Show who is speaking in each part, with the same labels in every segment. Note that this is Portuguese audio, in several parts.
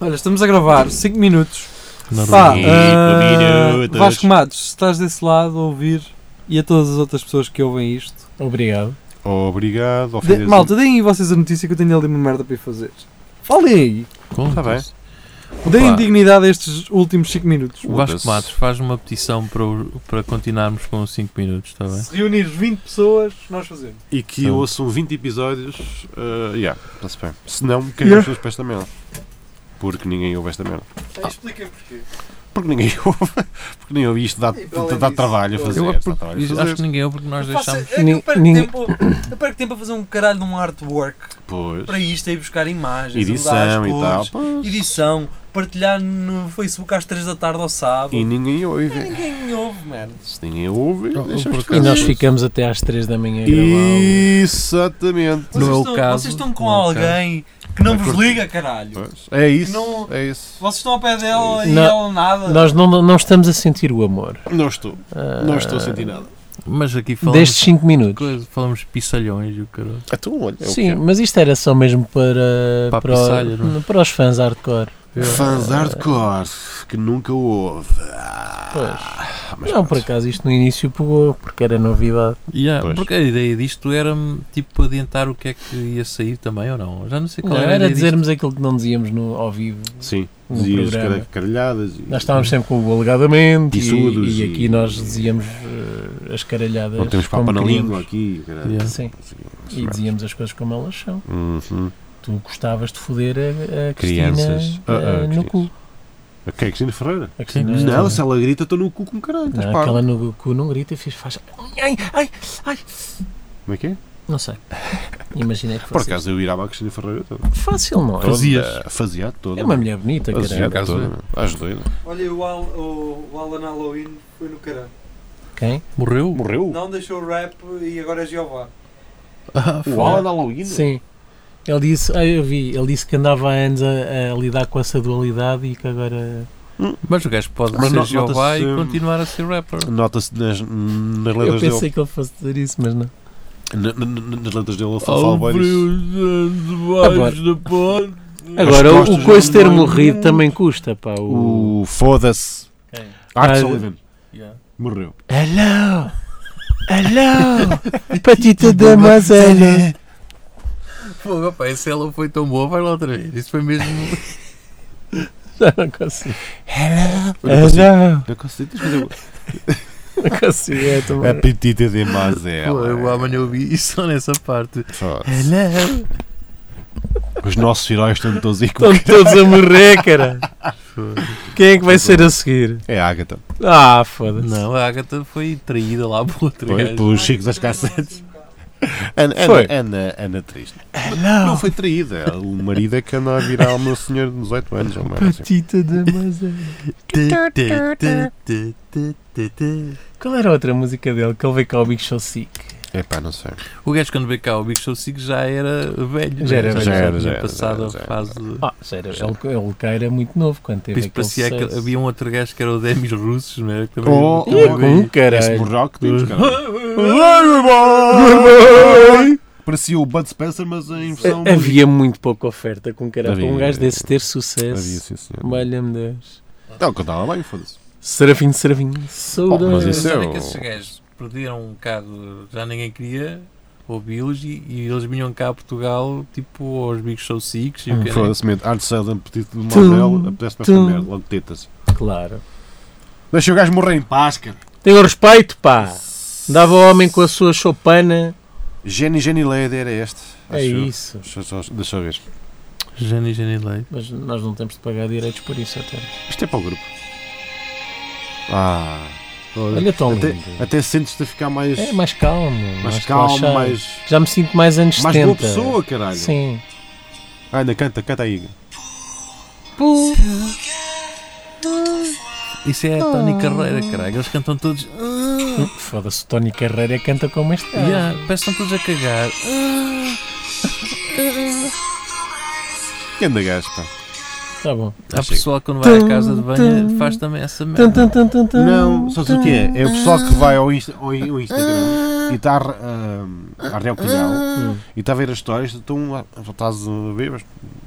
Speaker 1: Olha, estamos a gravar 5 minutos.
Speaker 2: Normal.
Speaker 1: Pá,
Speaker 2: Cinco
Speaker 3: eh,
Speaker 1: ah,
Speaker 2: minutos.
Speaker 1: Vasco Matos, se estás desse lado a ouvir e a todas as outras pessoas que ouvem isto.
Speaker 3: Obrigado.
Speaker 2: Obrigado.
Speaker 1: De,
Speaker 2: ofendes-
Speaker 1: malta, deem aí vocês a notícia que eu tenho ali uma merda para ir fazer. Falem aí.
Speaker 2: Tá bem.
Speaker 3: Contas.
Speaker 1: Deem
Speaker 4: Opa.
Speaker 1: dignidade a estes últimos 5 minutos.
Speaker 4: O Vasco
Speaker 2: Foda-se.
Speaker 4: Matos faz uma petição para, o- para continuarmos com os 5 minutos, está
Speaker 2: é?
Speaker 4: bem?
Speaker 1: Se reunires 20 pessoas, nós fazemos.
Speaker 2: E que
Speaker 4: Então.
Speaker 2: ouçam 20 episódios. Uh, yeah, está-se bem. Se não, quem
Speaker 1: Yeah.
Speaker 2: as pessoas para esta merda? Porque ninguém ouve esta merda.
Speaker 1: Expliquem porquê.
Speaker 2: Porque ninguém ouve. Porque nem ouve isto. Dá,
Speaker 1: E para além
Speaker 2: dá- dá
Speaker 1: disso,
Speaker 2: trabalho a
Speaker 1: eu-
Speaker 2: fazer.
Speaker 4: Eu
Speaker 2: dá
Speaker 4: porque-
Speaker 2: trabalho a
Speaker 4: acho
Speaker 2: fazer.
Speaker 4: que ninguém ouve porque nós
Speaker 1: Eu faço-
Speaker 4: deixámos.
Speaker 1: é que eu perco
Speaker 3: Ni-
Speaker 1: tempo- Eu perco tempo a fazer um caralho de um artwork
Speaker 2: Pois.
Speaker 1: para isto, a ir buscar imagens, a mudar as
Speaker 2: Edição e tal.
Speaker 1: cores,
Speaker 2: Pois.
Speaker 1: Edição, partilhar no Facebook às 3 da tarde ao sábado.
Speaker 2: E ninguém ouve.
Speaker 1: Ninguém ouve, mano.
Speaker 2: Se ninguém ouve,
Speaker 4: Não,
Speaker 2: deixa
Speaker 4: por
Speaker 2: os
Speaker 4: acaso-
Speaker 3: E
Speaker 2: caras.
Speaker 3: nós ficamos até às 3 da manhã a gravar.
Speaker 2: Exatamente.
Speaker 4: No
Speaker 1: Vocês,
Speaker 4: meu
Speaker 1: estão,
Speaker 4: caso,
Speaker 1: vocês estão com
Speaker 4: no meu
Speaker 1: alguém que não
Speaker 2: É
Speaker 1: vos
Speaker 2: porque-
Speaker 1: liga, caralho.
Speaker 2: Pois. É isso.
Speaker 1: Não-
Speaker 2: É isso.
Speaker 1: Vocês estão ao pé dela e
Speaker 3: Não.
Speaker 1: ela nada.
Speaker 3: Nós não, não estamos a sentir o amor.
Speaker 2: Não estou. Não estou a
Speaker 3: Ah,
Speaker 2: sentir nada.
Speaker 4: Mas aqui falamos
Speaker 3: Destes 5
Speaker 4: de
Speaker 3: minutos.
Speaker 4: coisa, falamos de pissalhões e o caralho.
Speaker 2: Então, olha. é o
Speaker 3: Sim,
Speaker 2: que
Speaker 3: mas isto era só mesmo para,
Speaker 4: Para a
Speaker 3: para, o-
Speaker 4: pissalha, não
Speaker 3: para os fãs hardcore.
Speaker 2: é.
Speaker 3: eh,
Speaker 2: Fãs hardcore que nunca ouve.
Speaker 3: Pois.
Speaker 2: mas
Speaker 3: não,
Speaker 2: pronto.
Speaker 3: por acaso isto no início pegou, porque era novidade.
Speaker 4: Yeah,
Speaker 2: Pois.
Speaker 4: porque a ideia disto era tipo adiantar o que é que ia sair também ou não. Já não
Speaker 2: Então,
Speaker 4: sei qual
Speaker 3: Não,
Speaker 4: era, a
Speaker 3: era
Speaker 4: ideia disto.
Speaker 3: dizermos aquilo que não dizíamos no, ao vivo.
Speaker 2: Sim,
Speaker 3: No
Speaker 2: dizias
Speaker 3: um programa.
Speaker 2: cara- caralhadas. e-
Speaker 3: Nós estávamos sempre com o alegadamente
Speaker 2: Tissudos
Speaker 3: e, e
Speaker 2: e-
Speaker 3: aqui nós dizíamos eh, as caralhadas.
Speaker 2: Não temos
Speaker 3: como
Speaker 2: papo na
Speaker 3: queríamos.
Speaker 2: língua aqui. caralho.
Speaker 4: Yeah.
Speaker 3: Sim, e
Speaker 2: Merda.
Speaker 3: dizíamos as coisas como elas são.
Speaker 2: Uhum.
Speaker 3: Tu gostavas de foder a, a Cristina
Speaker 2: Crianças. Ah, ah,
Speaker 3: eh, no
Speaker 2: crianças.
Speaker 3: cu.
Speaker 2: A que é Cristina Ferreira?
Speaker 3: A Cristina-
Speaker 2: Não, se ela grita, estou no cu com caralho. Estás
Speaker 3: não,
Speaker 2: parvo.
Speaker 3: aquela no cu não grita e fiz, faz. Ai, ai, ai.
Speaker 2: Como é que é?
Speaker 3: Não sei. Imaginei que
Speaker 2: Por
Speaker 3: fosse.
Speaker 2: acaso eu irava à Cristina Ferreira toda.
Speaker 3: Fácil, não é?
Speaker 2: Fazia. Fazia toda.
Speaker 3: É uma mulher bonita,
Speaker 2: Fazia
Speaker 3: caralho.
Speaker 4: caralho.
Speaker 2: toda. Ajudei. né?
Speaker 1: Olha, o, Al, o, o Alan Halloween foi no caralho.
Speaker 3: Quem?
Speaker 4: Morreu?
Speaker 2: Morreu?
Speaker 1: Não deixou o rap e agora é Jeová.
Speaker 4: Ah,
Speaker 2: O Alan Halloween?
Speaker 3: Sim. Ele disse, ah, eu vi, ele disse que andava há anos a, a lidar com essa dualidade e que agora.
Speaker 4: Mas o gajo pode
Speaker 2: Mas
Speaker 4: ser
Speaker 2: nota-se,
Speaker 4: Jeová e
Speaker 2: hum,
Speaker 4: continuar a ser rapper.
Speaker 2: Nota-se nas, nas
Speaker 3: Eu
Speaker 2: letras dele.
Speaker 3: pensei que ele fosse dizer isso, mas não.
Speaker 2: Na- na- na- Nas letras dele ele fala bem disso.
Speaker 3: Agora-
Speaker 4: um da ponte.
Speaker 3: Agora, o- o
Speaker 2: costas
Speaker 3: coice
Speaker 2: não
Speaker 3: ter
Speaker 2: dão
Speaker 3: morrido
Speaker 2: muito.
Speaker 3: também custa, pá. O.
Speaker 2: O foda-se.
Speaker 3: Quem?
Speaker 2: Art
Speaker 3: Ah,
Speaker 2: Sullivan.
Speaker 4: Yeah.
Speaker 2: Morreu.
Speaker 3: Hello! Hello! Patita da Mazela!
Speaker 4: Fogo, opa, essa ela foi tão boa, vai lá outra vez. Isso foi mesmo.
Speaker 3: Já não consigo.
Speaker 2: Eu não consigo-
Speaker 3: Hello!
Speaker 2: eu consigo tens de fazer o-
Speaker 3: Não consigo, é tão
Speaker 2: A petita de Mazela.
Speaker 4: Pô, eu amanhã É ouvi isso só nessa parte.
Speaker 2: Foda-se.
Speaker 4: Hello!
Speaker 2: Os nossos heróis estão todos aí com
Speaker 3: Estão todos a morrer, cara. Quem é que
Speaker 2: Tá
Speaker 3: vai ser a seguir?
Speaker 2: É a Agatha.
Speaker 3: Ah, foda-se.
Speaker 4: Não, a Agatha foi traída lá por outro
Speaker 2: Foi
Speaker 4: gajo.
Speaker 2: pelos chicos das cassetes. Ana,
Speaker 3: Foi.
Speaker 2: Ana, Ana, Ana triste.
Speaker 3: É
Speaker 2: Não foi traída. O marido é que anda a virar uma senhora de 18 anos. Ou mais, assim.
Speaker 3: Patita da Mazela. Qual era a outra música dele? Que ele veio cá ao Big Show Sick.
Speaker 2: Epá, É não sei.
Speaker 4: O gajo quando veio cá, o Big Show 5 já era velho.
Speaker 3: Já era
Speaker 4: né? já
Speaker 3: velho. Já
Speaker 2: era, já
Speaker 4: tinha
Speaker 2: era,
Speaker 4: passado a
Speaker 2: já era, já
Speaker 4: fase.
Speaker 3: Ah, sério, ele, ele cá era muito novo quando teve
Speaker 4: Por isso
Speaker 3: aquele
Speaker 4: parecia
Speaker 3: sucesso.
Speaker 4: aquele- havia um outro gajo que era o Demis Russos, não era? Que também-
Speaker 2: Oh,
Speaker 4: também
Speaker 2: oh,
Speaker 4: veio.
Speaker 3: Um
Speaker 2: Esse
Speaker 3: caralho.
Speaker 2: burroco diz, cara. Parecia o Bud Spencer, mas em versão.
Speaker 4: É,
Speaker 3: Ha- É, Havia muito pouca oferta com caralho. Para um
Speaker 2: Havia.
Speaker 3: gajo desse ter
Speaker 2: Havia,
Speaker 3: sucesso.
Speaker 2: sim, senhor.
Speaker 3: Valha-me Deus.
Speaker 2: Não, cantava bem, foda-se.
Speaker 3: Serafinho, serafinho. Saudade.
Speaker 2: Oh, mas
Speaker 4: A
Speaker 2: isso é
Speaker 4: cena é
Speaker 2: o-
Speaker 4: que esses gajos perderam um bocado, já ninguém queria ouvi-los e, e eles vinham cá a Portugal, tipo aos Big Show 6 e o né? que
Speaker 2: Hum, Foda-se, mesmo. Art Sullivan, pedido de
Speaker 3: Tum,
Speaker 2: Mazela, apetece-me esta
Speaker 3: tum.
Speaker 2: merda, logo tetas.
Speaker 3: Claro.
Speaker 2: Deixa o gajo morrer em paz, cara.
Speaker 3: Tenho respeito, pá. Dava o homem com a sua chopana.
Speaker 2: Jenny Jenny Lady era este.
Speaker 3: É isso.
Speaker 2: Deixa, deixa, deixa eu ver.
Speaker 4: Jenny Jenny Leite.
Speaker 3: Mas nós não temos de pagar direitos por isso até.
Speaker 2: Isto é para o grupo. Ah.
Speaker 3: Olha tão
Speaker 2: até,
Speaker 3: lindo.
Speaker 2: até sentes-te a ficar mais,
Speaker 3: É mais calmo.
Speaker 2: mais, calmo,
Speaker 3: relaxado.
Speaker 2: mais,
Speaker 3: Já me sinto mais anos
Speaker 2: mais
Speaker 3: 70.
Speaker 2: boa pessoa, caralho.
Speaker 3: Sim.
Speaker 2: Ah, ainda canta, canta aí.
Speaker 4: Isso é a
Speaker 3: Oh.
Speaker 4: Tony Carreira, caralho. Eles cantam todos.
Speaker 3: Hum, Foda-se, o Tony Carreira canta como este gajo.
Speaker 4: Yeah, parece que estão todos a cagar.
Speaker 2: Que anda gajo, pá.
Speaker 3: Tá bom.
Speaker 4: Há pessoal que quando vai à casa de banho faz também essa
Speaker 3: Tum,
Speaker 4: merda.
Speaker 3: tum, tum, tum, tum.
Speaker 2: Não, sabes o que é? É o pessoal que vai ao, Insta- ao in- ao Instagram e está a um, arder o canal
Speaker 3: Hum.
Speaker 2: tá e está a ver as histórias. Estão lá, só estás a ver mas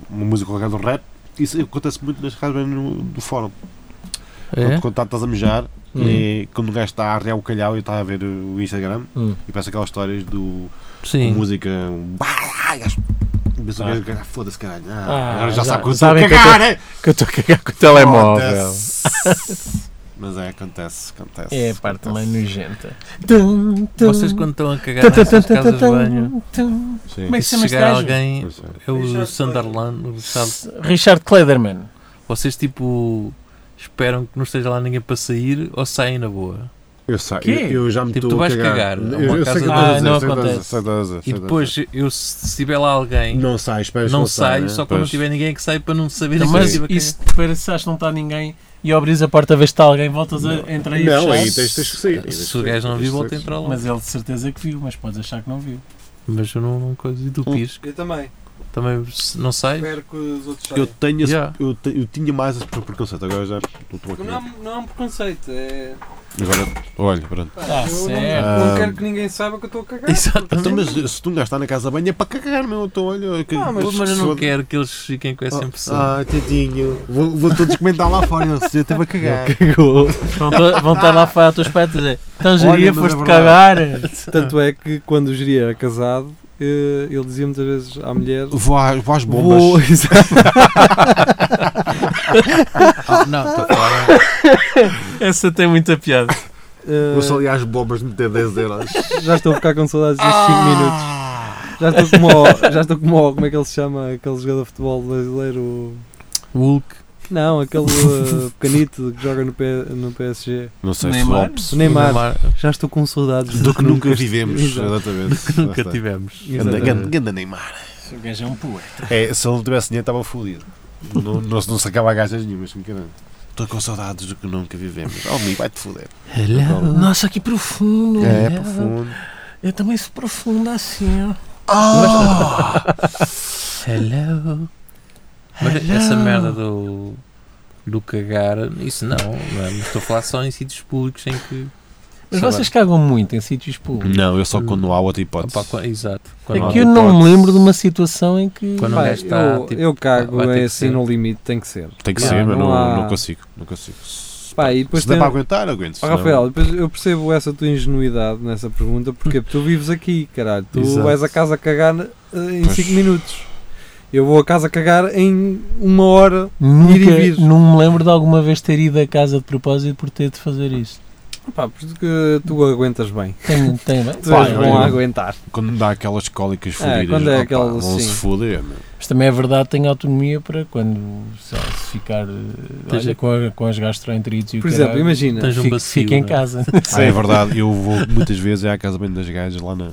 Speaker 2: uma música qualquer do rap Isso acontece muito nas casas no, do fórum.
Speaker 3: É?
Speaker 2: Quando, quando estás a mijar,
Speaker 3: Hum.
Speaker 2: e quando o gajo está a arrear o calhau e está a ver o Instagram,
Speaker 3: Hum.
Speaker 2: e parece aquelas histórias do com
Speaker 4: Sim.
Speaker 2: música. um bah, ah, gajo, mas o gajo, ah, foda-se, caralho. Ah,
Speaker 3: Ah,
Speaker 2: agora já,
Speaker 3: já-
Speaker 2: sabe quando
Speaker 3: sabem que eu
Speaker 2: cagar, é?
Speaker 3: Que eu estou a cagar com o telemóvel.
Speaker 2: Acontece. Mas é, acontece, acontece.
Speaker 3: É a parte mais
Speaker 2: acontece.
Speaker 3: nojenta.
Speaker 4: Vocês quando estão a cagar nas casas de banho,
Speaker 2: Sim.
Speaker 3: Como é que se
Speaker 4: se
Speaker 3: chama este
Speaker 4: chegar
Speaker 3: gajo?
Speaker 4: alguém,
Speaker 2: Pois é.
Speaker 4: é o Sunderland, o sabe?
Speaker 3: Richard Klederman.
Speaker 4: Vocês tipo esperam que não esteja lá ninguém para sair ou saem na boa.
Speaker 2: Eu, sei,
Speaker 3: Quê?
Speaker 2: eu, eu já me
Speaker 4: Tipo, tu
Speaker 2: estou
Speaker 4: vais
Speaker 2: a cagar.
Speaker 4: cagar a
Speaker 2: Eu,
Speaker 4: uma
Speaker 2: eu sei
Speaker 4: casa
Speaker 2: que
Speaker 4: de-
Speaker 2: estás a
Speaker 3: Ah,
Speaker 2: dizer,
Speaker 3: não
Speaker 2: sei que estás a dizer,
Speaker 3: acontece.
Speaker 2: sei que estás a dizer, sei
Speaker 4: E
Speaker 2: que estás a
Speaker 4: depois,
Speaker 2: dizer.
Speaker 4: eu, se se tiver lá alguém,
Speaker 2: não sai, espera
Speaker 4: não
Speaker 2: né?
Speaker 4: saio, só quando não
Speaker 2: tiver
Speaker 4: tiver ninguém que saia para não saber
Speaker 3: Então,
Speaker 4: que
Speaker 3: mas
Speaker 4: estive a
Speaker 3: isso para se achas que não está ninguém e abris a porta a ver se está alguém, voltas a entrar e a
Speaker 2: Não,
Speaker 3: fechar.
Speaker 4: é
Speaker 2: aí tens, tens que sair. aí
Speaker 4: cagar.
Speaker 2: tens que
Speaker 4: Se o
Speaker 2: sair,
Speaker 4: gajo não
Speaker 2: tens
Speaker 4: viu,
Speaker 2: que
Speaker 4: volta a
Speaker 2: sair.
Speaker 4: entrar lá.
Speaker 3: Mas ele de certeza que viu, mas podes achar que não viu.
Speaker 4: Mas eu não, não coisa. E do
Speaker 2: Hum.
Speaker 4: pisco?
Speaker 1: Eu também.
Speaker 4: Também se- não sai?
Speaker 1: Espero que os outros
Speaker 2: Eu,
Speaker 1: saiam.
Speaker 2: tenho esse-
Speaker 4: Yeah.
Speaker 2: eu, te- eu tinha mais esse preconceito, agora já estou aqui.
Speaker 1: Não, há- não há um preconceito. É...
Speaker 2: Agora, olha, pronto.
Speaker 1: pá,
Speaker 3: Tá
Speaker 1: eu não-
Speaker 3: certo.
Speaker 1: Não,
Speaker 2: Ah.
Speaker 1: quero que ninguém saiba que eu estou a cagar.
Speaker 2: Então,
Speaker 4: Exatamente.
Speaker 2: mas se tu um gajo está na casa de banho é para cagar, meu. Então, olha. Que,
Speaker 1: Ah, mas-
Speaker 4: Mas eu não
Speaker 2: foda-
Speaker 4: quero é assim. que eles fiquem com essa impressão.
Speaker 2: Ah, tadinho. Vou, vou todos comentar lá fora. Ele se esteve a cagar.
Speaker 3: Cagou. Vão tá- vão estar lá fora à tua espera e dizer: Então,
Speaker 2: Olha,
Speaker 3: geria,
Speaker 2: mas é
Speaker 3: foste cagar.
Speaker 2: verdade."
Speaker 1: Tanto é que quando o Jeria era casado, eh, ele dizia muitas vezes à mulher:
Speaker 2: Vou, à- vou às bombas.
Speaker 1: Vou, Exato.
Speaker 4: Ah, não, estou a falar.
Speaker 3: Essa tem muita piada.
Speaker 1: Eh,
Speaker 2: Vou só ali às bombas meter 10 euros.
Speaker 1: já estou a ficar com saudades destes
Speaker 4: Ah!
Speaker 1: 5 minutos. Já estou como o, já estou como o- como é que ele se chama? Aquele jogador de futebol brasileiro.
Speaker 4: Hulk.
Speaker 1: Não, aquele eh, pequenito que joga no, P- no PSG.
Speaker 2: Não sei se
Speaker 3: Neymar?
Speaker 2: Lopes.
Speaker 1: O Neymar. Já estou com saudades
Speaker 2: Do que nunca
Speaker 1: Nunca-
Speaker 2: vivemos.
Speaker 1: Exato.
Speaker 2: Exatamente.
Speaker 4: Nunca tivemos.
Speaker 2: Ganda,
Speaker 1: Exatamente.
Speaker 2: ganda, ganda Neymar.
Speaker 3: O gajo é um poeta.
Speaker 2: É, se ele não tivesse dinheiro, estava fodido. Não, não, não sacava gajas nenhumas, me caralho. Estou com saudades do que nunca vivemos. Oh, amigo, vai-te foder. Hello.
Speaker 3: Nossa, que profundo.
Speaker 2: É, profundo.
Speaker 3: Eu também sou profundo assim, ó.
Speaker 2: Ah!
Speaker 4: Hello. Mas essa merda do, do cagar, isso não, mano. Estou a falar só em sítios públicos em que.
Speaker 3: Mas
Speaker 4: sei
Speaker 3: vocês cagam muito em sítios públicos.
Speaker 2: Não, eu só quando não há outra
Speaker 4: lá,
Speaker 2: hipótese.
Speaker 4: opá, qua- exato. Quando
Speaker 3: É que
Speaker 4: há- um
Speaker 2: Hum.
Speaker 3: eu
Speaker 2: há
Speaker 3: não me
Speaker 2: hipótese.
Speaker 3: lembro de uma situação em que.
Speaker 4: Quando
Speaker 1: Pá,
Speaker 4: um gajo está,
Speaker 1: eu,
Speaker 4: tipo,
Speaker 1: eu cago,
Speaker 4: vai ter
Speaker 1: é
Speaker 4: que
Speaker 1: assim
Speaker 4: ser.
Speaker 1: no limite, tem que ser.
Speaker 2: Tem que
Speaker 4: Ah,
Speaker 2: ser, mas
Speaker 1: não
Speaker 2: não,
Speaker 1: há-
Speaker 2: não consigo. Não consigo. Se-
Speaker 1: Pá, e depois
Speaker 2: se dá
Speaker 1: tem-
Speaker 2: para aguentar, aguento. se
Speaker 1: Ó,
Speaker 2: não-
Speaker 1: Rafael, depois eu percebo essa tua ingenuidade nessa pergunta, porque tu vives aqui, caralho. Tu
Speaker 2: Exato.
Speaker 1: vais a casa cagar eh, em
Speaker 2: Pois.
Speaker 1: 5 minutos. Eu vou a casa cagar em uma hora. Ir e vir.
Speaker 3: Nunca, não me lembro de alguma vez ter ido a casa de propósito por ter de fazer isso.
Speaker 1: Pá, porque tu aguentas bem.
Speaker 3: Tem, tem,
Speaker 1: Tu
Speaker 2: Pá,
Speaker 1: és
Speaker 2: eu-
Speaker 1: bom a aguentar.
Speaker 2: Quando me dá aquelas cólicas fodidas,
Speaker 1: quando é
Speaker 2: opá,
Speaker 1: aquelas,
Speaker 2: vão-se
Speaker 1: sim.
Speaker 2: foder, meu.
Speaker 3: Mas também é verdade, tenho autonomia para quando sei lá, se ficar eh,
Speaker 4: Tens
Speaker 3: olha,
Speaker 4: a-
Speaker 3: com, a- com as gastroenterites e o
Speaker 1: Por exemplo,
Speaker 3: caralho,
Speaker 1: imagina.
Speaker 4: Tens um
Speaker 3: fico,
Speaker 4: bacio,
Speaker 3: fico em
Speaker 4: né?
Speaker 3: casa.
Speaker 2: Ah, é verdade, eu vou muitas vezes é à casa bem das gajas lá na,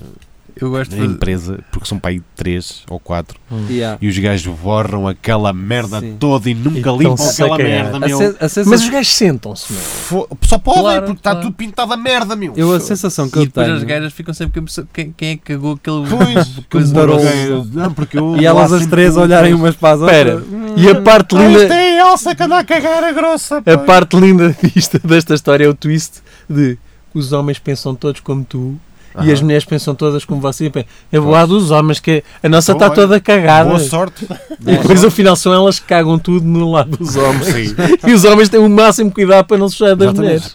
Speaker 4: Eu gosto
Speaker 2: na
Speaker 4: de fazer-
Speaker 2: empresa, porque são para aí 3 ou 4,
Speaker 1: Yeah.
Speaker 2: e os gajos borram aquela merda
Speaker 1: Sim.
Speaker 2: toda e nunca
Speaker 3: Então
Speaker 2: limpam
Speaker 3: sei
Speaker 2: aquela
Speaker 3: que é.
Speaker 2: merda,
Speaker 1: A,
Speaker 2: meu.
Speaker 1: sen- a sensa-
Speaker 3: Mas os gajos sentam-se, meu.
Speaker 2: Fo- Só podem,
Speaker 4: Claro,
Speaker 2: porque está
Speaker 4: claro.
Speaker 2: tudo pintado a merda, meu.
Speaker 1: eu a sensação que
Speaker 4: E
Speaker 1: eu
Speaker 4: depois as
Speaker 1: tenho.
Speaker 4: gajas ficam sempre quem, quem, quem é que cagou aquele.
Speaker 2: Pois,
Speaker 4: coisa
Speaker 2: como
Speaker 1: barulho.
Speaker 2: alguém- não, porque eu
Speaker 1: E
Speaker 2: lá
Speaker 1: elas as
Speaker 2: sempre-
Speaker 1: três olharem umas para as
Speaker 3: Espera.
Speaker 1: outras. Hum.
Speaker 3: E a parte
Speaker 2: Ah, isto
Speaker 3: linda,
Speaker 2: é a Elsa que anda a cagar a grossa.
Speaker 3: a
Speaker 2: pá.
Speaker 3: parte linda disto, desta história é o twist de os homens pensam todos como tu e
Speaker 2: Aham.
Speaker 3: as mulheres pensam todas como você. É boa dos homens, que a nossa está
Speaker 2: Boa.
Speaker 3: toda cagada.
Speaker 2: Boa sorte.
Speaker 3: E depois ao final são elas que cagam tudo no lado dos homens.
Speaker 2: Sim.
Speaker 3: E os homens têm o máximo cuidado para não se sujar das mulheres.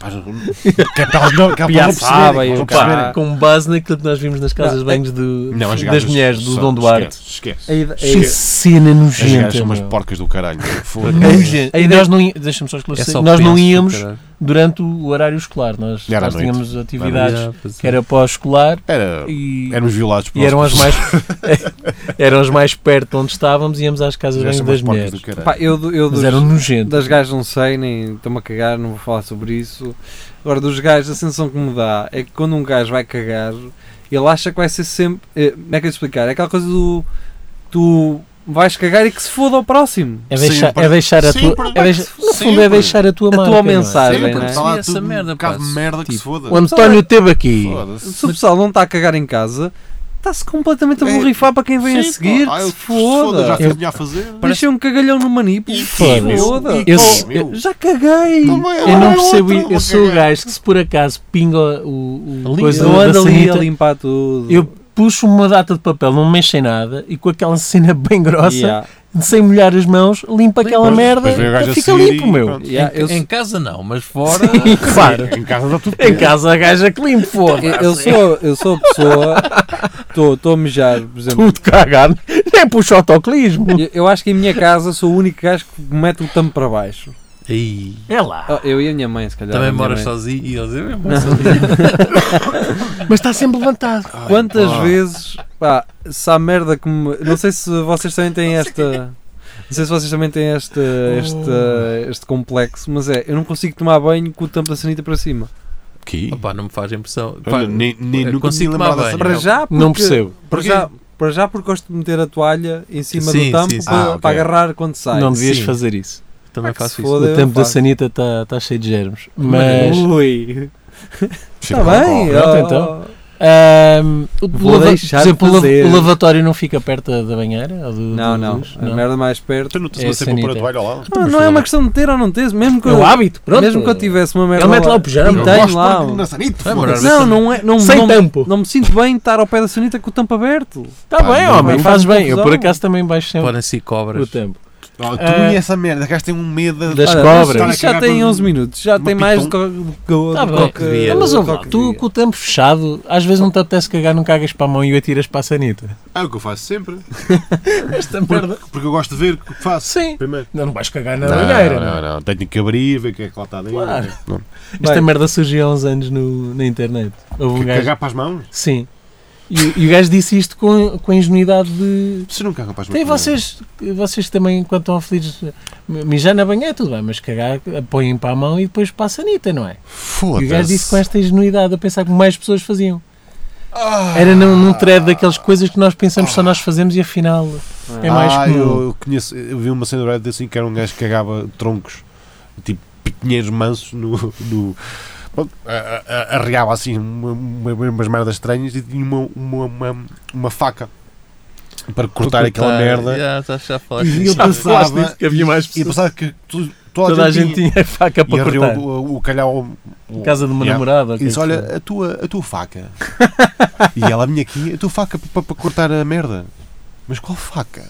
Speaker 2: Que é para elas não, que é para
Speaker 3: Já
Speaker 2: elas não
Speaker 1: sabem,
Speaker 2: perceberem.
Speaker 1: eu
Speaker 2: não
Speaker 1: pá.
Speaker 2: perceberem.
Speaker 3: Pá, com base naquilo que nós vimos nas casas de banhos do-
Speaker 2: Não, as
Speaker 3: das
Speaker 2: gajas
Speaker 3: mulheres, do
Speaker 2: são-
Speaker 3: Dom Duarte.
Speaker 2: Esquece.
Speaker 1: A
Speaker 2: esquece.
Speaker 1: ide- a
Speaker 3: Que
Speaker 1: ide-
Speaker 3: cena
Speaker 2: As gajas
Speaker 3: nojenta.
Speaker 2: são umas
Speaker 3: meu.
Speaker 2: porcas do caralho. Foda-se.
Speaker 3: É
Speaker 4: nojento.
Speaker 3: nojento. E nós não, ia- deixa-me só
Speaker 4: É
Speaker 3: esclarecer,
Speaker 4: só
Speaker 3: nós não
Speaker 4: penso,
Speaker 3: íamos
Speaker 4: caralho.
Speaker 3: durante o horário escolar, nós,
Speaker 2: Era à
Speaker 3: nós
Speaker 2: noite.
Speaker 3: tínhamos atividades
Speaker 4: Ah, pois é.
Speaker 3: que era pós-escolar
Speaker 2: Era,
Speaker 3: e,
Speaker 2: éramos violados por
Speaker 3: e eram as mais eram as mais perto de onde estávamos íamos às casas de
Speaker 2: gajas
Speaker 3: banho
Speaker 2: são
Speaker 3: das
Speaker 2: umas porcas do caralho.
Speaker 3: mulheres.
Speaker 1: Pá, eu, do- eu
Speaker 3: Mas um
Speaker 1: dos,
Speaker 3: eram nojentas.
Speaker 1: das gajas não sei, nem estou-me a cagar, não vou falar sobre isso. Agora, dos gajos, a sensação que me dá é que quando um gajo vai cagar, ele acha que vai ser sempre. eh, Como é que eu ia explicar? É aquela coisa do. Tu vais cagar e que se foda ao próximo.
Speaker 3: É deixar,
Speaker 2: Sempre.
Speaker 3: é deixar a
Speaker 2: Sempre.
Speaker 3: tua. É deixar, no fundo,
Speaker 2: Sempre.
Speaker 3: é deixar a tua
Speaker 1: A
Speaker 3: marca.
Speaker 1: tua
Speaker 3: não é?
Speaker 1: mensagem,
Speaker 2: Sim,
Speaker 1: não
Speaker 2: porque
Speaker 1: é?
Speaker 2: está lá
Speaker 4: Essa
Speaker 2: tudo
Speaker 4: merda,
Speaker 2: um bocado
Speaker 4: pá,
Speaker 2: de merda que se
Speaker 4: tipo,
Speaker 2: foda.
Speaker 3: O António esteve aqui.
Speaker 1: Se o pessoal não está a cagar em casa, está-se completamente a
Speaker 2: É.
Speaker 1: borrifar para quem vem a seguir.
Speaker 2: Ah,
Speaker 3: Ah,
Speaker 1: que se foda.
Speaker 2: Já
Speaker 1: foda
Speaker 2: fiz a minha a fazer.
Speaker 1: Deixei um cagalhão no manipo.
Speaker 2: E
Speaker 3: foda-se.
Speaker 1: Foda.
Speaker 2: Eu-
Speaker 1: Oh,
Speaker 2: eu-
Speaker 1: Já caguei.
Speaker 3: Eu
Speaker 2: é
Speaker 3: não percebo. isso. Eu sou o gajo que, se por acaso pinga o, o coisa
Speaker 1: Eu
Speaker 3: da
Speaker 1: ando ali a
Speaker 3: sanita,
Speaker 1: limpar tudo.
Speaker 3: eu puxo uma data de papel, não me mexo em nada e com aquela cena bem grossa
Speaker 1: Yeah.
Speaker 3: sem molhar as mãos, limpa aquela
Speaker 2: Pois,
Speaker 3: merda
Speaker 2: depois vem o gajo a
Speaker 3: e fica
Speaker 2: seguir
Speaker 3: limpo,
Speaker 2: e
Speaker 3: meu.
Speaker 2: pronto.
Speaker 1: Yeah, eu,
Speaker 4: em, em casa não, mas fora.
Speaker 3: Claro.
Speaker 2: Em casa dá tudo.
Speaker 3: Em casa a gaja que limpa,
Speaker 1: eu,
Speaker 3: foda
Speaker 1: eu sou, eu sou a pessoa. Estou a mijar, por exemplo.
Speaker 3: Tudo cagado. Nem puxa o autoclismo.
Speaker 1: Eu, eu acho que em minha casa sou o único gajo que mete o tampo para baixo.
Speaker 4: Aí.
Speaker 3: É lá.
Speaker 1: Oh, eu e a minha mãe, se calhar. a
Speaker 4: Também
Speaker 1: minha
Speaker 4: moras
Speaker 1: mãe.
Speaker 4: sozinho e eles eu moro sozinho.
Speaker 3: Mas está sempre levantado.
Speaker 1: Quantas
Speaker 4: Ah.
Speaker 2: pá.
Speaker 1: vezes, pá, se há merda que me... Não sei se vocês também têm esta... Não sei se vocês também têm esta, esta, este complexo, mas é, eu não consigo tomar banho com o tampo da sanita para cima.
Speaker 2: Que?
Speaker 4: Opa, não me faz impressão. Pá,
Speaker 2: Olha, nem, nem
Speaker 4: eu
Speaker 2: nunca me
Speaker 4: consigo tomar
Speaker 2: lembrava dessa
Speaker 4: banho.
Speaker 1: Para
Speaker 2: merda.
Speaker 1: já, porque,
Speaker 3: Não percebo.
Speaker 1: Para já, para já porque gosto de meter a toalha em cima
Speaker 4: Sim,
Speaker 1: do tampo
Speaker 4: sim, sim.
Speaker 1: Para,
Speaker 2: Ah, ok.
Speaker 1: para agarrar quando sai.
Speaker 3: Não devias
Speaker 4: Sim.
Speaker 3: fazer isso.
Speaker 4: também
Speaker 1: que se
Speaker 4: faço isso.
Speaker 1: foda. Foda,
Speaker 3: o
Speaker 1: eu
Speaker 3: tempo da
Speaker 1: faço.
Speaker 3: sanita está tá cheio de germes. Mas.
Speaker 1: Ui,
Speaker 2: Cheira
Speaker 1: está
Speaker 2: a
Speaker 1: bem.
Speaker 2: álcool.
Speaker 1: oh,
Speaker 3: então. ahm, o
Speaker 1: Vou
Speaker 3: lava-
Speaker 1: deixar
Speaker 3: por exemplo, o
Speaker 1: de
Speaker 3: lava-
Speaker 1: fazer.
Speaker 3: o lavatório não fica perto da- da banheira? Ou do,
Speaker 1: Não,
Speaker 3: do-
Speaker 1: não, É
Speaker 3: dos?
Speaker 1: a merda mais perto...
Speaker 2: Tu não tens
Speaker 3: É
Speaker 2: uma sempre
Speaker 3: sanita.
Speaker 2: para toalha lá?
Speaker 3: Então,
Speaker 1: Não, não é uma questão de ter ou não ter, mesmo que
Speaker 3: É o
Speaker 1: eu,
Speaker 3: hábito, pronto.
Speaker 1: mesmo que eu tivesse uma merda
Speaker 3: Ele mete lá o pijama.
Speaker 1: E
Speaker 2: Eu
Speaker 1: tenho
Speaker 2: gosto
Speaker 1: lá,
Speaker 2: porque
Speaker 1: um-
Speaker 2: na sanita,
Speaker 4: Vai
Speaker 2: foda-se.
Speaker 4: morar
Speaker 1: Não, não é. Não,
Speaker 3: Sem
Speaker 1: não,
Speaker 3: tampo.
Speaker 1: não me sinto bem estar ao pé da sanita com o tampo aberto.
Speaker 3: Está Tá bem,
Speaker 2: não,
Speaker 3: homem,
Speaker 1: não é faz
Speaker 3: fazes bem. Eu por
Speaker 1: confusão.
Speaker 3: acaso também baixo sempre
Speaker 4: Podem-se
Speaker 3: o
Speaker 4: cobras.
Speaker 3: tempo.
Speaker 2: Oh, tu
Speaker 3: Ah.
Speaker 2: e essa merda, gajo tem um medo
Speaker 3: Das
Speaker 1: Olha,
Speaker 3: cobras.
Speaker 1: isto
Speaker 2: Tá
Speaker 1: já tem 11 minutos, já
Speaker 2: Uma
Speaker 1: tem mais do que
Speaker 3: Tá bem.
Speaker 4: É,
Speaker 3: Ah, mas
Speaker 1: o
Speaker 3: ouve lá, tu com o tempo fechado, às vezes não te apetece cagar, não cagas para a mão e o atiras para a sanita.
Speaker 2: É o que eu faço sempre.
Speaker 3: Esta
Speaker 2: Porque, porque eu gosto de ver o que faço.
Speaker 3: Sim.
Speaker 2: Primeiro.
Speaker 3: Não, não vais cagar na
Speaker 2: não,
Speaker 3: banheira. não. é?
Speaker 2: não, Tenho que abrir, ver o que é que lá está dentro.
Speaker 3: Claro.
Speaker 2: Não.
Speaker 3: Esta
Speaker 1: Bem.
Speaker 3: merda surgiu há uns anos no- na internet. Houve um
Speaker 2: Que
Speaker 3: gajo.
Speaker 2: Cagar para as mãos?
Speaker 3: Sim. E, o- e o gajo disse isto com, com a ingenuidade de.
Speaker 2: Vocês não cagam para as mãos?
Speaker 3: Tem vocês, vocês também, quando estão aflitos, mijar na banheira, tudo bem, mas cagar, apoiem para a mão e depois para a sanita, não é? E o gajo disse com
Speaker 2: Foda-se.
Speaker 3: esta ingenuidade, a pensar que mais pessoas faziam.
Speaker 2: Ah.
Speaker 3: Era num, num thread daquelas coisas que nós pensamos só nós fazemos e afinal é mais
Speaker 2: ah,
Speaker 3: comum.
Speaker 2: eu, eu conheço, eu vi uma cena do Reddit assim que era um gajo que cagava troncos, tipo pinheiros mansos no. no pronto, a- a- a- arreava assim uma- uma- umas merdas estranhas e tinha uma, uma, uma, uma faca para cortar aquela merda.
Speaker 4: Já, estás já a falar
Speaker 2: E
Speaker 4: disso.
Speaker 2: eu pensava,
Speaker 3: que havia mais
Speaker 2: e eu pensava que tu- toda,
Speaker 3: Toda a gente
Speaker 2: tinha.
Speaker 3: tinha faca
Speaker 2: E
Speaker 3: para
Speaker 2: arreou
Speaker 3: cortar.
Speaker 2: o, o calhau. o-
Speaker 3: Em casa de uma
Speaker 2: Yeah.
Speaker 3: namorada. ou
Speaker 2: E
Speaker 3: quem
Speaker 2: disse:
Speaker 3: for.
Speaker 2: Olha, a tua, a tua faca. e ela, a minha aqui, a tua faca para, para cortar a merda. Mas qual faca?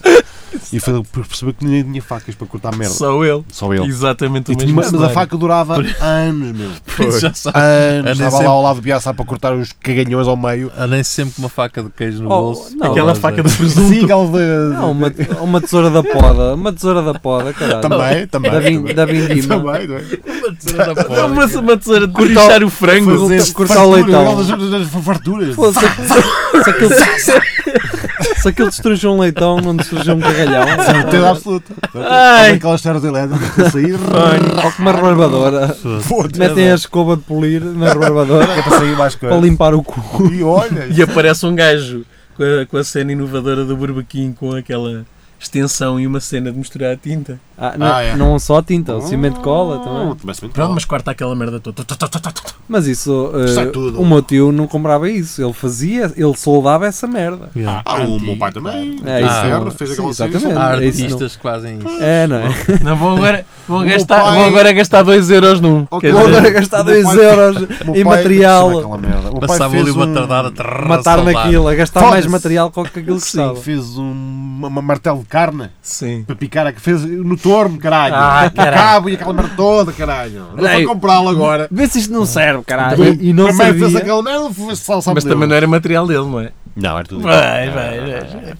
Speaker 2: e foi por perceber que ninguém tinha facas para cortar a merda. Só,
Speaker 3: Só ele.
Speaker 2: ele.
Speaker 3: Exatamente
Speaker 2: E
Speaker 3: o
Speaker 2: tinha uma-
Speaker 3: mesmo.
Speaker 2: mas a
Speaker 3: cenário.
Speaker 2: faca durava anos, meu.
Speaker 4: Por isso já sabes.
Speaker 2: Anos.
Speaker 4: Andem
Speaker 2: Estava
Speaker 4: sempre-
Speaker 2: lá ao lado do Biaçá para cortar os caganhões ao meio.
Speaker 4: Andem sempre com uma faca de queijo no
Speaker 1: Oh,
Speaker 4: bolso. é.
Speaker 1: não.
Speaker 3: Aquela faca do presunto.
Speaker 2: Siga de...
Speaker 1: Não, uma, uma tesoura da poda, uma tesoura da poda, caralho.
Speaker 2: Também, também.
Speaker 1: Da, vin,
Speaker 2: também.
Speaker 1: da vindima.
Speaker 2: Também, não é?
Speaker 3: Não,
Speaker 4: Uma
Speaker 3: mas uma tesoura de um trinchar o frango.
Speaker 2: Fazer
Speaker 1: cortar o
Speaker 2: fartura,
Speaker 1: leitão.
Speaker 2: elas- elas- elas- Farturas.
Speaker 1: Pô, se, se aquilo, se aquilo destruja um leitão, não destruja um cagalhão.
Speaker 2: Certeza absoluta.
Speaker 3: Ai.
Speaker 2: Como Aquelas terras elétricas a sair.
Speaker 1: Ou com uma rebarbadora.
Speaker 2: Foda-se.
Speaker 1: Metem a escova de polir na rebarbadora
Speaker 2: É para sair mais
Speaker 1: para
Speaker 2: coisas.
Speaker 1: limpar o cu.
Speaker 2: E olha.
Speaker 3: E aparece um gajo com a, com a cena inovadora do Burbequim com aquela extensão e uma cena de misturar a tinta.
Speaker 1: Ah, não,
Speaker 2: Ah, é.
Speaker 1: não só tinta, o cimento de cola também.
Speaker 3: Pronto, mas corta aquela merda toda. Tu, tu, tu, tu, tu, tu.
Speaker 1: Mas isso, eh,
Speaker 2: Sai é tudo.
Speaker 1: o meu tio não comprava isso. Ele fazia, ele soldava essa merda.
Speaker 4: é.
Speaker 2: Ah, o meu pai também.
Speaker 1: É
Speaker 4: isso.
Speaker 2: Ferro, fez
Speaker 1: Sim,
Speaker 2: aquela cena.
Speaker 1: exatamente.
Speaker 4: Há
Speaker 1: É isso,
Speaker 4: artistas que fazem isso.
Speaker 1: É, não é?
Speaker 3: Não vão agora, vão
Speaker 2: meu
Speaker 3: gastar,
Speaker 2: pai-
Speaker 3: vão agora gastar 2 euros num.
Speaker 2: Ok,
Speaker 3: Quer
Speaker 1: Vou
Speaker 2: Pois
Speaker 3: dizer,
Speaker 2: é.
Speaker 1: agora gastar
Speaker 2: O meu
Speaker 1: 2
Speaker 2: pai-
Speaker 1: euros
Speaker 2: O meu
Speaker 1: em
Speaker 2: pai-
Speaker 1: material.
Speaker 2: sabe aquela merda. O meu pai
Speaker 4: Passava
Speaker 2: fez
Speaker 4: ali uma
Speaker 2: um-
Speaker 4: tardada. trrr,
Speaker 1: matar
Speaker 4: soldado.
Speaker 1: naquilo, a gastar
Speaker 2: Foda-se.
Speaker 1: mais material com que aquilo que
Speaker 2: Sim,
Speaker 1: estava.
Speaker 2: fez um, uma martelo de carne
Speaker 3: Sim.
Speaker 2: para picar. a- Fez no torno, caralho.
Speaker 3: Ah,
Speaker 2: No cabo e aquela merda toda, caralho. Não
Speaker 1: Ei.
Speaker 2: vou comprá-lo agora.
Speaker 1: Vê se isto não serve, caralho. E, e não
Speaker 2: Primeiro fez
Speaker 1: servia.
Speaker 2: aquela merda, fez salsa
Speaker 3: Mas também não era material dele, não é?
Speaker 2: Não, era tudo.
Speaker 3: Vai, vai, vai.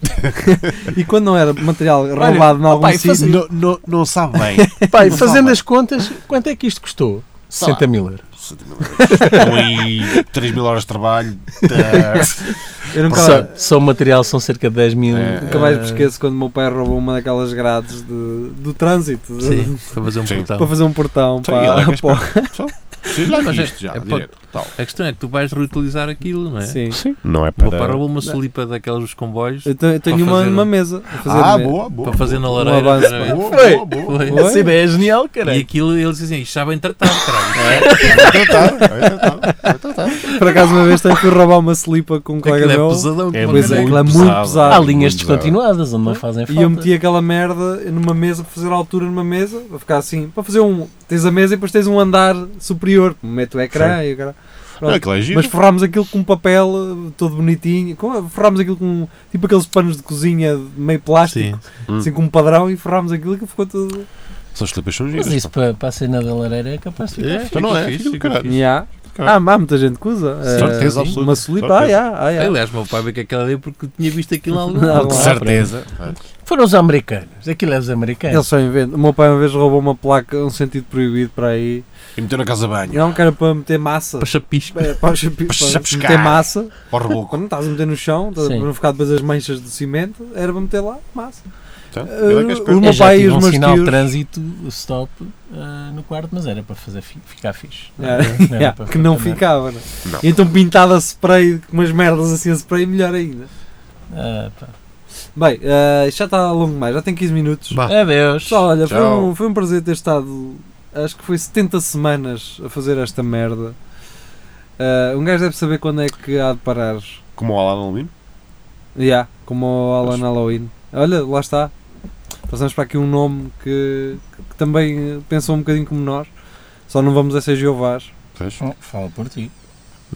Speaker 1: E quando não era material roubado em algum
Speaker 3: pai,
Speaker 1: sítio,
Speaker 3: fazia-
Speaker 2: Não, não, não sabe bem.
Speaker 3: Pai,
Speaker 2: Não
Speaker 3: fazendo
Speaker 2: sabe.
Speaker 3: as contas, quanto é que isto custou? 60 mil euros.
Speaker 2: 60 mil euros. Estão aí 3 mil horas de trabalho. tá.
Speaker 1: eu nunca,
Speaker 3: Só, só o material são cerca de 10 mil.
Speaker 2: É.
Speaker 1: nunca mais me
Speaker 3: eh,
Speaker 1: esqueço quando o meu pai roubou uma daquelas grades de- do trânsito de-
Speaker 4: Sim, para fazer um
Speaker 2: Sim.
Speaker 1: para
Speaker 4: portão.
Speaker 1: fazer um portão.
Speaker 2: Então, e ele é que
Speaker 1: Para,
Speaker 2: é
Speaker 1: para,
Speaker 2: Sim, já
Speaker 4: Mas é-
Speaker 2: isto já,
Speaker 4: é
Speaker 2: direto, tal.
Speaker 4: A questão é que tu vais reutilizar aquilo, não é?
Speaker 1: sim.
Speaker 2: Não é
Speaker 4: Vou para uma solipa daquelas dos comboios
Speaker 1: Eu, te- eu
Speaker 4: Para
Speaker 1: tenho uma
Speaker 4: fazer
Speaker 1: numa
Speaker 4: um-
Speaker 1: mesa. a fazer
Speaker 2: Ah,
Speaker 1: me-
Speaker 2: boa, boa.
Speaker 4: para fazer na
Speaker 1: Um
Speaker 4: lareira.
Speaker 1: avanço,
Speaker 4: era
Speaker 1: pá.
Speaker 4: mesmo.
Speaker 2: Boa,
Speaker 3: Foi.
Speaker 2: boa, boa.
Speaker 4: Foi.
Speaker 1: Oi?
Speaker 3: Essa ideia é genial,
Speaker 4: E
Speaker 3: caralho.
Speaker 4: aquilo eles dizem assim, isto já bem tratado,
Speaker 1: É,
Speaker 4: caralho.
Speaker 1: Por acaso uma vez tenho que roubar uma selipa com um colega
Speaker 4: Aquilo é
Speaker 1: meu.
Speaker 4: pesadão.
Speaker 2: É
Speaker 4: como
Speaker 1: Pois é,
Speaker 4: caralho.
Speaker 1: aquilo é muito pesado.
Speaker 3: Há linhas descontinuadas onde não fazem
Speaker 1: E
Speaker 4: é
Speaker 2: um
Speaker 3: falta.
Speaker 1: eu meti aquela merda numa mesa para fazer a altura numa mesa, para ficar assim, para fazer um. Tens a mesa e depois tens um andar superior, mete o ecrã e o cara.
Speaker 2: Não, aquilo é giro.
Speaker 1: Mas forrámos aquilo com um papel eh, todo bonitinho. Com, eh, forrámos aquilo com tipo aqueles panos de cozinha meio plástico,
Speaker 2: Hum.
Speaker 1: assim com um padrão, e forrámos aquilo que ficou tudo.
Speaker 2: Só as clipas são giras.
Speaker 3: Mas isso para, para a cena da lareira é capaz de
Speaker 2: É,
Speaker 3: ficar
Speaker 2: então não é, fica do caralho.
Speaker 1: Yeah.
Speaker 2: Cara.
Speaker 1: Ah, há muita gente que usa. eh,
Speaker 2: Certeza absoluta.
Speaker 1: Uma solipa, ah,
Speaker 2: Certeza.
Speaker 1: yeah, ah, yeah.
Speaker 4: Aliás, meu pai veio com aquela ideia porque tinha visto aquilo algo.
Speaker 1: Não,
Speaker 2: Com
Speaker 1: não.
Speaker 2: certeza.
Speaker 3: Foram os americanos. Aquilo é os
Speaker 1: Ele
Speaker 3: americanos.
Speaker 1: só inventa. O meu pai uma vez roubou uma placa, um sentido proibido para aí.
Speaker 2: E meteu na casa de banho.
Speaker 1: Não, que era para meter massa.
Speaker 4: Para chapisco.
Speaker 1: É, para, os chapi-
Speaker 2: Para
Speaker 1: para
Speaker 2: chapiscar.
Speaker 1: meter massa.
Speaker 2: Ao reboco.
Speaker 1: Quando estás a meter no chão, estás a-
Speaker 3: Sim.
Speaker 1: para não ficar depois as manchas de cimento, era para meter lá massa.
Speaker 2: Então,
Speaker 1: Eh,
Speaker 2: ele é que é
Speaker 1: o
Speaker 2: esperto.
Speaker 1: meu
Speaker 3: Eu já
Speaker 1: pai e
Speaker 3: tive
Speaker 1: os
Speaker 3: um
Speaker 1: meus
Speaker 3: sinal
Speaker 1: tios.
Speaker 3: de trânsito stop ah, no quarto, mas era para fazer fi- ficar fixe. Não
Speaker 1: É,
Speaker 3: era- não era
Speaker 1: yeah,
Speaker 3: para-
Speaker 1: que não
Speaker 3: para-
Speaker 1: ficava, né?
Speaker 2: Não.
Speaker 1: E então pintada a spray, com umas merdas assim a spray, melhor ainda.
Speaker 3: Ah, pá.
Speaker 1: Bem, eh, isto já está longo demais, já tem 15 minutos.
Speaker 2: Bah.
Speaker 3: É. Adeus.
Speaker 1: Pessoal, olha, foi
Speaker 2: Tchau.
Speaker 1: um, foi um prazer ter estado, acho que foi 70 semanas a fazer esta merda. Eh, um gajo deve saber quando é que há de parar.
Speaker 2: Como o Alan Alvin.
Speaker 1: Yeah, como o Alan Halloween. Olha, lá está. Passamos para aqui um nome que, que também pensou um bocadinho como nós. Só não vamos a ser Jeovás.
Speaker 2: Pois.
Speaker 3: Oh, Fala por ti.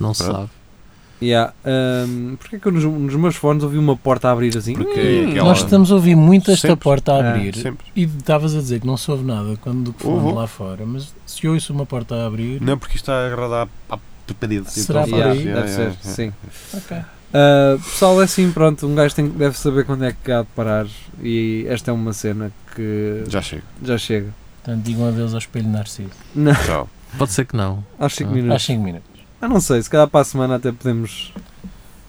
Speaker 4: Não
Speaker 2: Pronto.
Speaker 4: sabe.
Speaker 1: Yeah. Um, Porquê que eu nos, nos meus fones ouvi uma porta a abrir assim?
Speaker 2: Porque
Speaker 4: Hum,
Speaker 2: é aquela.
Speaker 3: Nós estamos a ouvir muito esta
Speaker 2: Sempre.
Speaker 3: porta a
Speaker 1: Ah,
Speaker 3: abrir.
Speaker 2: Sempre.
Speaker 3: E estavas a dizer que não se ouve nada quando falamos
Speaker 2: Ouvo.
Speaker 3: lá fora, mas se eu ouço uma porta a abrir,
Speaker 2: Uhum. Não, porque isto está a agradar à p- parede.
Speaker 3: Será
Speaker 2: Então,
Speaker 3: por
Speaker 1: Yeah,
Speaker 3: aí?
Speaker 1: é? deve
Speaker 2: yeah,
Speaker 1: ser,
Speaker 2: yeah, yeah.
Speaker 1: sim.
Speaker 3: ok.
Speaker 1: Uh, pessoal, é assim, pronto, um gajo tem, deve saber quando é que há de parar e esta é uma cena que
Speaker 2: Já chega.
Speaker 1: já chega.
Speaker 3: Portanto, digam adeus ao espelho Narciso.
Speaker 2: Tchau.
Speaker 4: Pode ser que não.
Speaker 1: Aos 5
Speaker 4: Ah,
Speaker 3: Às
Speaker 1: minutos.
Speaker 3: 5 minutos.
Speaker 1: Ah, não sei, se calhar para a semana até podemos.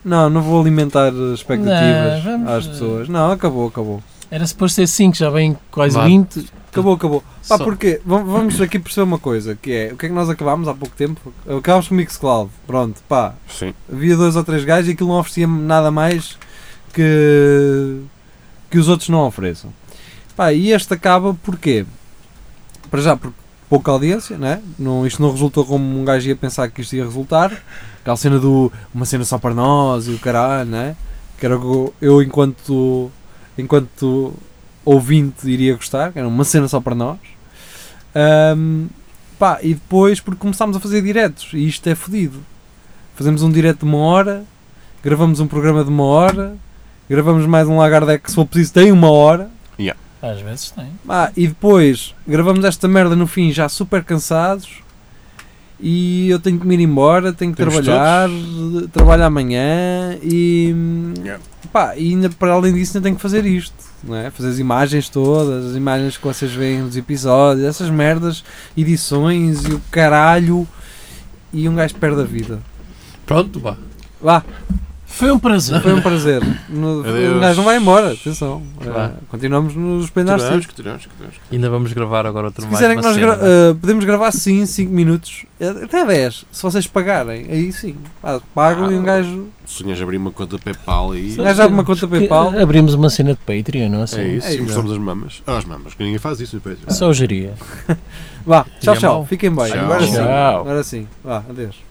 Speaker 1: Não, não vou alimentar uh, expectativas
Speaker 3: Não, vamos,
Speaker 1: às
Speaker 3: uh,
Speaker 1: pessoas. Não, acabou, acabou.
Speaker 3: Era suposto ser 5, já vem quase
Speaker 4: Vá.
Speaker 3: 20.
Speaker 1: Acabou, acabou. Pá,
Speaker 4: Só-
Speaker 1: porque vam- vamos aqui perceber uma coisa, que é, o que é que nós acabámos há pouco tempo? Acabámos com o Mixcloud, pronto, pá,
Speaker 2: Sim.
Speaker 1: havia dois ou três gajos e aquilo não oferecia nada mais que, que os outros não ofereçam. Pá, e este acaba porquê? Para já, porque pouca audiência, né? não, isto não resultou como um gajo ia pensar que isto ia resultar. Aquela cena do uma cena só para nós e o caralho, né? que era o que eu- eu, enquanto, enquanto ouvinte, iria gostar, que era uma cena só para nós. Ahm, pá, e depois, porque começámos a fazer diretos, e isto é fodido fazemos um direto de uma hora, gravamos um programa de uma hora, gravamos mais um Lagardec que se for preciso tem uma hora,
Speaker 3: Às vezes tem.
Speaker 1: ah, e depois gravamos esta merda no fim já super cansados e eu tenho que me ir embora, tenho que
Speaker 2: Temos
Speaker 1: trabalhar, trabalho amanhã e,
Speaker 2: Yeah.
Speaker 1: pá, e ainda para além disso ainda tenho que fazer isto. Não é? Fazer as imagens todas, as imagens que vocês veem nos episódios, essas merdas, edições e o caralho. E um gajo perde a vida.
Speaker 4: Pronto, vá.
Speaker 1: Vá,
Speaker 3: Foi um prazer.
Speaker 1: Foi um prazer. No,
Speaker 2: Adeus.
Speaker 1: o gajo não vai embora, atenção.
Speaker 4: Vá.
Speaker 1: Eh, continuamos nos penares.
Speaker 2: Tiramos, que tiramos, que tiramos.
Speaker 4: Ainda vamos gravar agora outra
Speaker 1: Se
Speaker 4: mais
Speaker 1: quiserem que
Speaker 4: uma
Speaker 1: nós
Speaker 4: cena. é?
Speaker 1: gra- eh, podemos gravar sim 5 minutos, eh, até 10, se vocês pagarem, aí sim. Pá, Pagam
Speaker 4: Ah,
Speaker 1: e um gajo.
Speaker 2: Sonhas abrir uma conta PayPal e.
Speaker 1: Um
Speaker 4: é.
Speaker 1: gajo abre uma conta
Speaker 3: Que eh,
Speaker 1: PayPal.
Speaker 3: Abrimos uma cena de Patreon, não é assim?
Speaker 2: É isso,
Speaker 1: É isso.
Speaker 2: mostramos as mamas. Ah, as mamas, que ninguém faz isso no Patreon.
Speaker 3: Só geria.
Speaker 1: Vá, tchau,
Speaker 4: Fica
Speaker 1: tchau.
Speaker 4: mal.
Speaker 1: Fiquem bem.
Speaker 2: Tchau.
Speaker 1: Agora sim.
Speaker 3: Tchau.
Speaker 1: Agora sim. Vá, adeus.